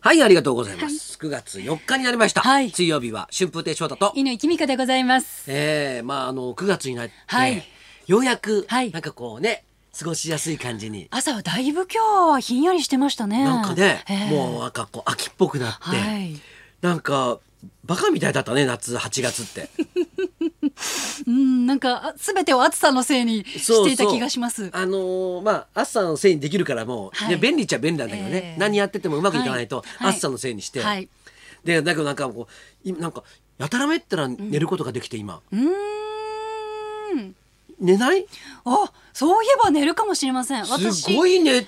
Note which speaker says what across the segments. Speaker 1: はい、ありがとうございます。9月4日になりました。
Speaker 2: はい
Speaker 1: 水曜日は春風亭昇太と。
Speaker 2: 井上貴美香でございます。
Speaker 1: ええまあ、あの、9月になって、
Speaker 2: はい
Speaker 1: ようやく、
Speaker 2: はい
Speaker 1: なんかこうね、過ごしやすい感じに。
Speaker 2: 朝はだいぶ今日ひんやりしてましたね。
Speaker 1: なんかね、
Speaker 2: ええ
Speaker 1: もうなんかこう秋っぽくなって、
Speaker 2: はい。
Speaker 1: なんか、バカみたいだったね、夏、8月 って。
Speaker 2: うん、なんかすべてを暑さのせいにしていた気がします。
Speaker 1: あのーまあ暑さのせいにできるからもう、
Speaker 2: はい
Speaker 1: ね便利っちゃ便利なんだけどね、
Speaker 2: ええ
Speaker 1: 何やっててもうまくいかないと、
Speaker 2: はいはい
Speaker 1: 暑さのせいにして、
Speaker 2: はい
Speaker 1: でだけどなんかこういなんかやたらめったら寝ることができて今、
Speaker 2: うーん。
Speaker 1: 寝ない
Speaker 2: あ、そういえば寝るかもしれません。私
Speaker 1: すごいね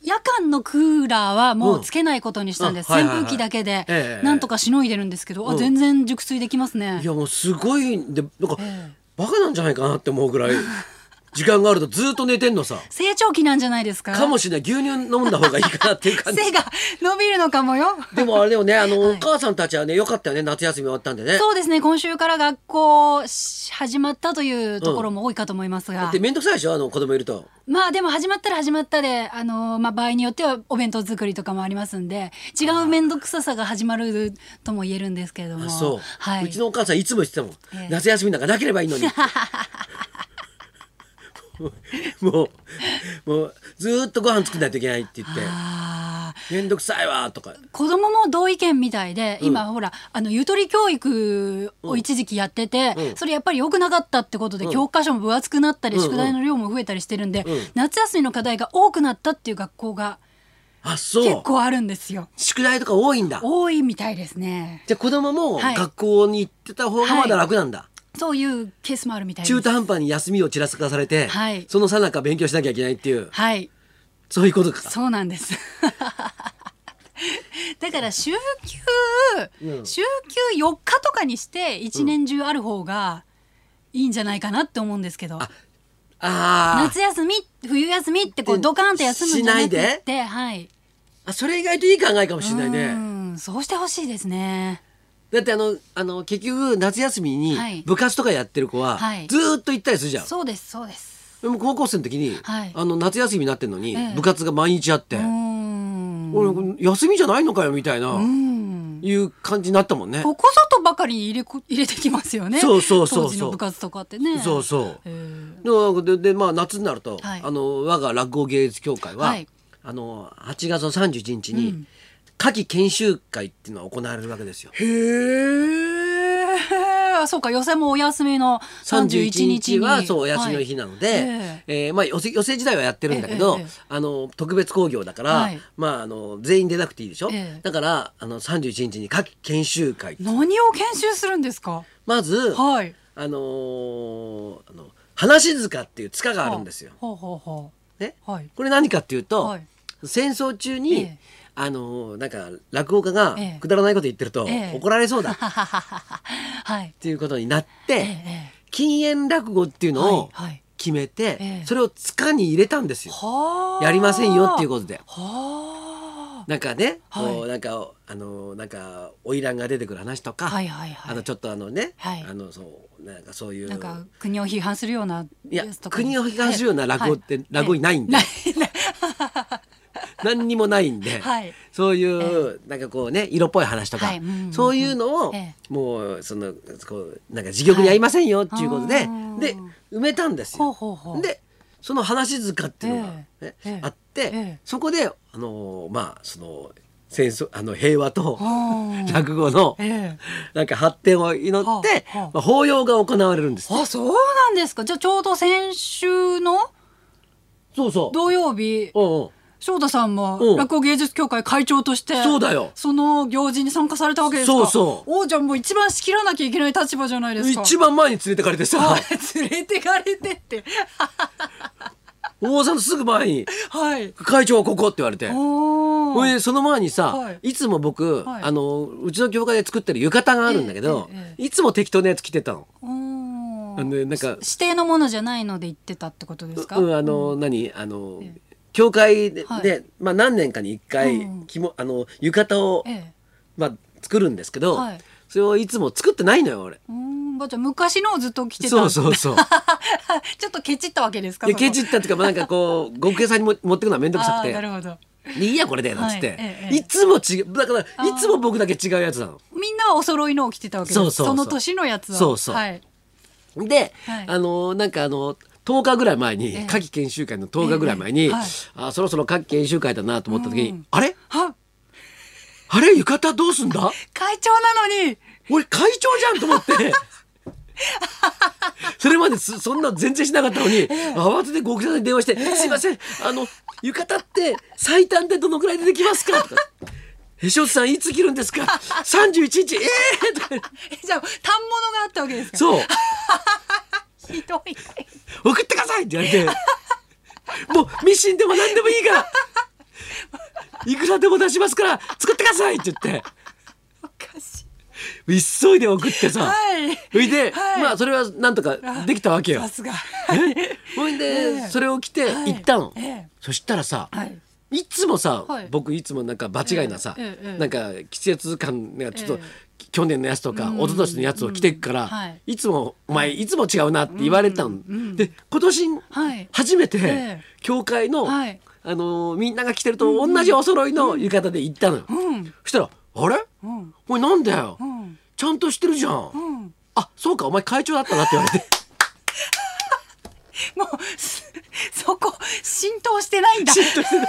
Speaker 2: 夜間のクーラーはもうつけないことにしたんです。
Speaker 1: うんあはいはいはい
Speaker 2: 扇風機だけで
Speaker 1: ええ
Speaker 2: なんとかしのいでるんですけど、
Speaker 1: う
Speaker 2: あ
Speaker 1: ん
Speaker 2: 全然熟睡できますね
Speaker 1: い。やもうすごいんでなんか、
Speaker 2: ええ
Speaker 1: バカなんじゃないかなって思うぐ らい時間があるとずっと寝てんのさ
Speaker 2: 成長期なんじゃないですか。
Speaker 1: かもしれない牛乳飲んだ方がいいかなっていう感 じ
Speaker 2: 背が伸びるのかもよ。
Speaker 1: でもあれでもねあの、
Speaker 2: は
Speaker 1: お
Speaker 2: い
Speaker 1: 母さんたちはねよかったよね夏休み終わったんでね
Speaker 2: そうですね今週から学校し始まったというところも多いかと思います
Speaker 1: だ
Speaker 2: が
Speaker 1: って、面倒くさいでしょあの子供いると
Speaker 2: まあでも始まったら始まったで、あのーまあ、場合によってはお弁当作りとかもありますんで違う面倒くささが始まるとも言えるんですけれども
Speaker 1: あそう、
Speaker 2: は
Speaker 1: う
Speaker 2: い
Speaker 1: ち、のお母さんいつも言ってたもん、
Speaker 2: ええ
Speaker 1: 夏休みなんかなければい いのにもうもうずーっとご飯作んないといけないって言って
Speaker 2: あー
Speaker 1: 面倒くさいわーとか
Speaker 2: 子供も同意見みたいで今ほら、あのゆとり教育を一時期やってて、
Speaker 1: うん
Speaker 2: それやっぱり良くなかったってことで、教科書も分厚くなったり、
Speaker 1: うんうん
Speaker 2: 宿題の量も増えたりしてるんで、
Speaker 1: うん
Speaker 2: 夏休みの課題が多くなったっていう学校が
Speaker 1: あそ
Speaker 2: 結
Speaker 1: う
Speaker 2: 構あるんですよ。
Speaker 1: 宿題とか多いんだ
Speaker 2: 多いみたいですね。
Speaker 1: じゃあ子供も
Speaker 2: はい
Speaker 1: 学校に行ってた方がまだ楽なんだ、
Speaker 2: そういうケースもあるみたいです。
Speaker 1: 中途半端に休みをちらつかされて、
Speaker 2: はい
Speaker 1: その最中勉強しなきゃいけないっていう
Speaker 2: はい、
Speaker 1: そういうことか
Speaker 2: そうなんです。 だから週休、
Speaker 1: うん
Speaker 2: 週休4日とかにして一年中ある方がいいんじゃないかなって思うんですけど。
Speaker 1: ああ
Speaker 2: 夏休み冬休みってこ
Speaker 1: で
Speaker 2: うドカーンと休むんじゃなく
Speaker 1: しない
Speaker 2: ってはい
Speaker 1: あそれ意外といい考えかもしれないうね
Speaker 2: んそうしてほしいですね
Speaker 1: だってあのあの結局夏休み
Speaker 2: はい
Speaker 1: に部活とかやってる子は
Speaker 2: はい
Speaker 1: ずーっと行ったりするじゃん、
Speaker 2: そうですそうです
Speaker 1: でも高校生の時に、
Speaker 2: はい
Speaker 1: あの夏休みになってんのに、
Speaker 2: ええ
Speaker 1: 部活が毎日あって、
Speaker 2: うん
Speaker 1: 俺休みじゃないのかよみたいな、
Speaker 2: うん
Speaker 1: いう感じになったもんね
Speaker 2: ここぞとばかりに入れこ入れてきますよね
Speaker 1: そうそうそうそう
Speaker 2: 当時の部活とかってね
Speaker 1: そうそう
Speaker 2: へー
Speaker 1: ででまあ夏になると、
Speaker 2: はい
Speaker 1: あの我が落語芸術協会は、
Speaker 2: はい
Speaker 1: あの8月の31日に、
Speaker 2: うん
Speaker 1: 夏季研修会っていうのが行われるわけですよ。
Speaker 2: へえそうか寄せもお休みの31
Speaker 1: 31
Speaker 2: 日に
Speaker 1: 日はそうお休みの日
Speaker 2: な
Speaker 1: なので、
Speaker 2: え
Speaker 1: えーまあ、寄せ寄席時代はやってるんだけど、
Speaker 2: ええええ
Speaker 1: あの特別興行だから、
Speaker 2: はい
Speaker 1: まあ、あの全員出なくていいでしょ、
Speaker 2: ええ
Speaker 1: だからあの31日に夏季研修会
Speaker 2: 何を研修するんですか
Speaker 1: まず、
Speaker 2: はい
Speaker 1: あのーあの話塚っていう塚があるんですよ。
Speaker 2: ほうほうほ
Speaker 1: ね、
Speaker 2: うはい
Speaker 1: これ何かっていうと、
Speaker 2: はい
Speaker 1: 戦争中に、
Speaker 2: ええ
Speaker 1: あのーなんか落語家が
Speaker 2: ええ
Speaker 1: くだらないこと言ってると、
Speaker 2: ええ
Speaker 1: 怒られそうだっ
Speaker 2: はい
Speaker 1: ていうことになって、
Speaker 2: ええ
Speaker 1: 禁煙落語っていうのを
Speaker 2: はいはい
Speaker 1: 決めて、
Speaker 2: ええ
Speaker 1: それを塚に入れたんですよ。
Speaker 2: はあ
Speaker 1: やりませんよっていうことで。
Speaker 2: は
Speaker 1: なんかね、
Speaker 2: はい
Speaker 1: こうなんかあのなんか花魁が出てくる話とか、
Speaker 2: あはいはいはい
Speaker 1: あのちょっとあのね、
Speaker 2: はい
Speaker 1: あのそうなんかそういう
Speaker 2: なんか国を批判するようない
Speaker 1: や
Speaker 2: やつとか
Speaker 1: 国を批判するような落語って、
Speaker 2: はい
Speaker 1: 落語にないんで
Speaker 2: ない
Speaker 1: 何にもないんで、
Speaker 2: はい
Speaker 1: そういう、なんかこうね色っぽい話とか、
Speaker 2: はいうんうんうん
Speaker 1: そういうのを、
Speaker 2: え
Speaker 1: もうそのこうなんか自玉に合いませんよっていうことで、
Speaker 2: はいあー
Speaker 1: で埋めたんですよ。
Speaker 2: ほうほうほう
Speaker 1: でその話塚っていうのが、ね
Speaker 2: ええええ
Speaker 1: あって、
Speaker 2: ええ
Speaker 1: そこであのーまあその戦争あの平和と
Speaker 2: はあ
Speaker 1: 落語の、
Speaker 2: ええ
Speaker 1: なんか発展を祈っ
Speaker 2: は
Speaker 1: て、
Speaker 2: あはあ
Speaker 1: まあ、法要が行われるんです。
Speaker 2: あそうなんですかじゃあちょうど先週の
Speaker 1: そうそう。
Speaker 2: 土曜日
Speaker 1: うんうん
Speaker 2: 翔太さんも
Speaker 1: うん
Speaker 2: 落語芸術協会会長として
Speaker 1: そうだよ
Speaker 2: その行事に参加されたわけですか
Speaker 1: そうそう
Speaker 2: おうちゃんもう一番仕切らなきゃいけない立場じゃないですか
Speaker 1: 一番前に連れてかれてさ、
Speaker 2: はい連れてかれてって
Speaker 1: 大尾さんのすぐ前に、
Speaker 2: はい
Speaker 1: 会長はここって言われて。
Speaker 2: お
Speaker 1: ほい
Speaker 2: ー
Speaker 1: でその前にさ、
Speaker 2: はい
Speaker 1: い、つも僕、
Speaker 2: はい
Speaker 1: あのうちの教会で作ってる浴衣があるんだけど、
Speaker 2: えええ
Speaker 1: いつも適当なやつ着てたの。
Speaker 2: おー
Speaker 1: でなんか
Speaker 2: 指定のものじゃないので言ってたってことですか、
Speaker 1: うん、あの、何あの、教会で,、
Speaker 2: はい
Speaker 1: でまあ、何年かに一回、
Speaker 2: うんうん
Speaker 1: きもあの浴衣を、
Speaker 2: ええ
Speaker 1: まあ、作るんですけど、
Speaker 2: はい
Speaker 1: それをいつも作ってないのよ俺。
Speaker 2: うーんばあちゃん昔のをずっと着てた
Speaker 1: そうそう そう。
Speaker 2: ちょっとケチったわけですか
Speaker 1: で
Speaker 2: そこ
Speaker 1: ケチったっていうか、まあ、なんかこう、ご家さんにも持ってくのは面倒くさく
Speaker 2: あーな
Speaker 1: て。
Speaker 2: るほど
Speaker 1: でいいやこれでなんつって、
Speaker 2: はいいええ
Speaker 1: つも違うだからい
Speaker 2: あー
Speaker 1: つも僕だけ違うやつなの。
Speaker 2: みんなはお揃いのを着てたわけです
Speaker 1: そうそうそう
Speaker 2: の年のやつは
Speaker 1: そうそう
Speaker 2: はい、
Speaker 1: で、
Speaker 2: はい
Speaker 1: あのなんかあの10日ぐらい前に、
Speaker 2: ええ
Speaker 1: 夏季研修会の10日ぐらい前に、
Speaker 2: ええはい
Speaker 1: あそろそろ夏季研修会だなと思った時に、
Speaker 2: うん
Speaker 1: あれ
Speaker 2: は
Speaker 1: あれ浴衣どうすんだ
Speaker 2: 会長なのに
Speaker 1: 俺会長じゃんと思 って。それまですそんな全然しなかったのに、慌ててご奥さんに電話して「すいませんあの浴衣って最短でどのくらいでできますか?」とか「えしょさんいつ着るんですか ?31 日ええー!」とか
Speaker 2: えじゃあ反物があったわけですか
Speaker 1: そう
Speaker 2: うひどい
Speaker 1: 「送ってください!」って言われて「もうミシンでも何でもいいからいくらでも出しますから作ってください!」って言って
Speaker 2: おかしい
Speaker 1: 急いで送ってさ、
Speaker 2: はい
Speaker 1: それで、
Speaker 2: はい
Speaker 1: まあそれはなんとかできたわけよ
Speaker 2: さ。すが
Speaker 1: えほいで、
Speaker 2: ええ
Speaker 1: それを着て
Speaker 2: はい
Speaker 1: 行ったの、
Speaker 2: ええ
Speaker 1: そしたらさ、
Speaker 2: はい
Speaker 1: い、つもさ、
Speaker 2: はい
Speaker 1: 僕いつもなんか場違いなさ、
Speaker 2: ええええ
Speaker 1: なんか季節感がちょっと、
Speaker 2: え
Speaker 1: 去年のやつとか
Speaker 2: うん
Speaker 1: 一昨年のやつを着てくから、
Speaker 2: うんはい
Speaker 1: い、つも「お前いつも違うな」って言われたの、
Speaker 2: ん
Speaker 1: で今年、
Speaker 2: はい
Speaker 1: 初めて、
Speaker 2: ええ
Speaker 1: 教会の、
Speaker 2: はい
Speaker 1: あのーみんなが着てると同じお揃いの浴衣で行ったのよ、
Speaker 2: うん
Speaker 1: そしたら「あれ
Speaker 2: うん
Speaker 1: おいなんだよ、
Speaker 2: うん
Speaker 1: ちゃんとしてるじゃん、
Speaker 2: うん
Speaker 1: あそうかお前会長だったな」って言われて。
Speaker 2: もうすそこ浸透してないん だ
Speaker 1: 浸透してない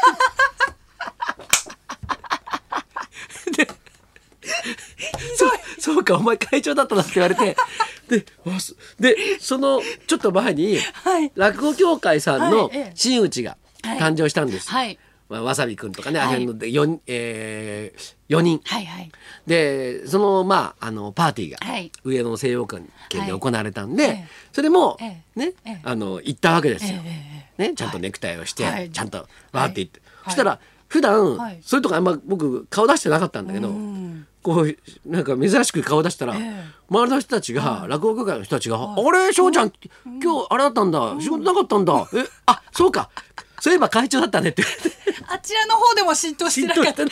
Speaker 1: でそそうかお前会長だったなって言われてであそでそのちょっと前に
Speaker 2: はい
Speaker 1: 落語協会さんの
Speaker 2: はいええ
Speaker 1: 真打ちが誕生したんです、
Speaker 2: はい
Speaker 1: まあ、わさびくんとかね、
Speaker 2: はい
Speaker 1: あの辺ので四えー、4人
Speaker 2: はいはい
Speaker 1: でそのまああのパーティーが
Speaker 2: はい
Speaker 1: 上野の西洋館で行われたんで、
Speaker 2: はいええ
Speaker 1: それも、
Speaker 2: え
Speaker 1: ね、
Speaker 2: ええ
Speaker 1: あの行ったわけで
Speaker 2: え
Speaker 1: すよ。
Speaker 2: え
Speaker 1: ね、ちゃんとネクタイをして、
Speaker 2: はい
Speaker 1: ちゃんとわーって言って、そ
Speaker 2: はい
Speaker 1: したら普段、
Speaker 2: はい
Speaker 1: そういうとこあんま僕顔出してなかったんだけど、
Speaker 2: うん
Speaker 1: こうなんか珍しく顔出したら、
Speaker 2: ええ
Speaker 1: 周りの人たちが、落語協会の人たちが「あれ翔ちゃん、今日あれだったんだ、仕事なかったんだ、えあそうかそういえば会長だったね」って
Speaker 2: あちらの方でも浸透して
Speaker 1: 浸
Speaker 2: な
Speaker 1: 透
Speaker 2: か
Speaker 1: し
Speaker 2: った
Speaker 1: てない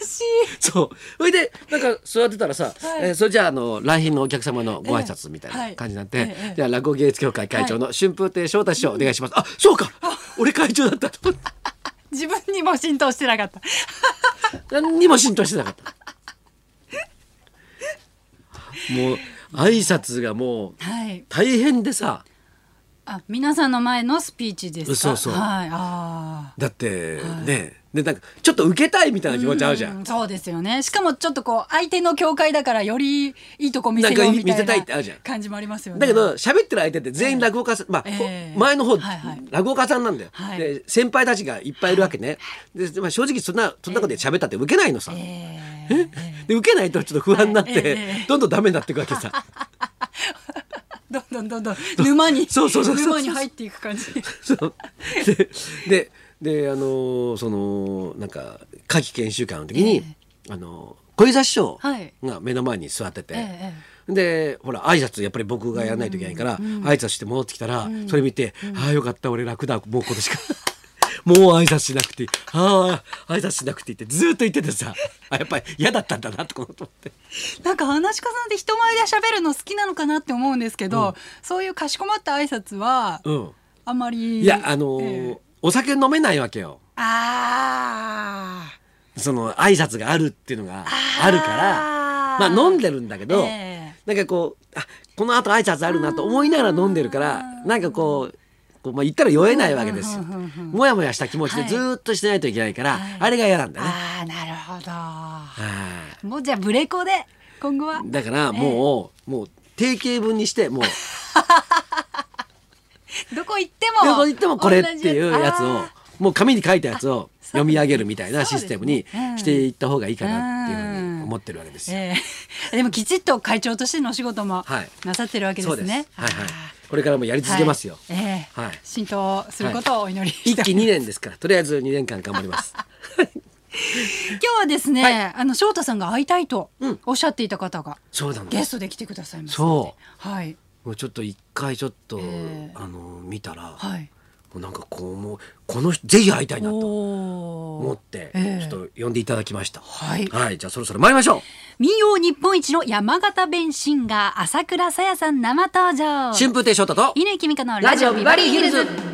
Speaker 2: 悲しい
Speaker 1: そうそれでなんか座ってたらさ、
Speaker 2: はい
Speaker 1: えーそれじゃああの来賓のお客様のご挨拶みた
Speaker 2: ええはい
Speaker 1: ない感じになって、
Speaker 2: ええ
Speaker 1: じゃあ落語芸術協会会長の春風亭昇太師匠お願いします、あそうか俺会長だったと思って。
Speaker 2: 自分にも浸透してなかった
Speaker 1: 何にも浸透してなかった。 もう挨拶がもう
Speaker 2: はい
Speaker 1: 大変でさ、
Speaker 2: あ皆さんの前のスピーチですか
Speaker 1: そうそう
Speaker 2: はいあ
Speaker 1: だってね、でなんかちょっと受けたいみたいな気持ちあるじゃ。
Speaker 2: ーうんんそうですよねしかもちょっとこう相手の教会だからよりいいとこ見せよ
Speaker 1: なん
Speaker 2: う
Speaker 1: かい
Speaker 2: みた
Speaker 1: 見せたい
Speaker 2: い
Speaker 1: ってあるじゃ
Speaker 2: なん感じもありますよね
Speaker 1: だけど喋ってる相手って全員落語家さん、まあ、
Speaker 2: ええ
Speaker 1: ほ前の方、
Speaker 2: はいはい
Speaker 1: 落語家さんなんだよ、
Speaker 2: はい
Speaker 1: で先輩たちがいっぱいいるわけね、で、まあ、正直そんなそんなことで喋ったって受けないのさ、
Speaker 2: えー
Speaker 1: で受けないとちょっと不安になって、
Speaker 2: はいええ
Speaker 1: どんどんダメになっていくわけさ
Speaker 2: どんどんどんどん沼に
Speaker 1: そうそうそうそう
Speaker 2: 沼に入っていく感じ
Speaker 1: そうででであのーそのなんか夏季研修会の時に、あのー小遊三師匠
Speaker 2: はい
Speaker 1: が目の前に座ってて、
Speaker 2: ええ
Speaker 1: でほら挨拶やっぱり僕がやらないといけないから、挨拶して戻ってきたら、それ見て「ああよかった俺楽だもう今年か」 もう挨拶しなくていいああ挨拶しなくていいってずーっと言っててさあやっぱり嫌だったんだなとか思って
Speaker 2: なんか話し家さんって人前で喋るの好きなのかなって思うんですけど、そういうかしこまった挨拶は
Speaker 1: うん
Speaker 2: あんまり
Speaker 1: いやあのー
Speaker 2: ええ
Speaker 1: お酒飲めないわけよ
Speaker 2: あー
Speaker 1: その挨拶があるっていうのがあるからまあ
Speaker 2: あー
Speaker 1: 飲んでるんだけど、
Speaker 2: え
Speaker 1: なんかこうあこの後挨拶あるなと思いながら飲んでるからなんかこう。こうまあ、言ったら酔えないわけですよ。
Speaker 2: うんうんうんうん
Speaker 1: もやもやした気持ちでずーっとしてないといけないから、
Speaker 2: はい
Speaker 1: あれが嫌なんだね。
Speaker 2: ああなるほ
Speaker 1: は
Speaker 2: どもうじゃあブレコで今後はい
Speaker 1: だからもう、もう定型文にして もう
Speaker 2: どこ行っても
Speaker 1: どこ行ってもこれっていうやつ
Speaker 2: 同じ
Speaker 1: を
Speaker 2: あ
Speaker 1: もう紙に書いたやつを
Speaker 2: あ
Speaker 1: 読み上げるみたいな
Speaker 2: そ
Speaker 1: シス
Speaker 2: うですね
Speaker 1: テムに
Speaker 2: うん
Speaker 1: していった方がいいかなっていうふうに思ってるわけです
Speaker 2: ー
Speaker 1: よ。
Speaker 2: ええでもきちっと会長としてのお仕事も
Speaker 1: はい
Speaker 2: なさってるわけで
Speaker 1: そう
Speaker 2: す
Speaker 1: です。
Speaker 2: ね、
Speaker 1: はいはい
Speaker 2: あー。
Speaker 1: これからもやり続けますよ。
Speaker 2: はいええ
Speaker 1: はい
Speaker 2: 浸透することをお祈りして、
Speaker 1: 一期二年ですから、とりあえず二年間頑張り ます。
Speaker 2: 今日はですね、あの翔太さんが会いたいと
Speaker 1: うん
Speaker 2: おっしゃっていた方が、
Speaker 1: そうなの。
Speaker 2: ゲストで来てくださいました
Speaker 1: そ
Speaker 2: はい、
Speaker 1: もうちょっと一回ちょっと、
Speaker 2: ええ
Speaker 1: あの見たら、も
Speaker 2: はい、
Speaker 1: うなんかこうもうこの人ぜひ会いたいなと
Speaker 2: お
Speaker 1: 思
Speaker 2: お
Speaker 1: って、
Speaker 2: ええ
Speaker 1: ちょっと呼んでいただきました。
Speaker 2: はい
Speaker 1: じゃあそろそろ参りましょ
Speaker 2: 民謡日本一の山形弁シンガー朝倉さやさん生登場
Speaker 1: う。春風亭昇太と
Speaker 2: 稲井君香の
Speaker 1: ラ
Speaker 2: ラ
Speaker 1: ジ
Speaker 2: ジ
Speaker 1: オ
Speaker 2: オ
Speaker 1: ビ
Speaker 2: ビ
Speaker 1: バ
Speaker 2: バ
Speaker 1: リ
Speaker 2: リ
Speaker 1: ー
Speaker 2: ー
Speaker 1: ヒ
Speaker 2: ヒ
Speaker 1: ル
Speaker 2: ル
Speaker 1: ズ
Speaker 2: ズ。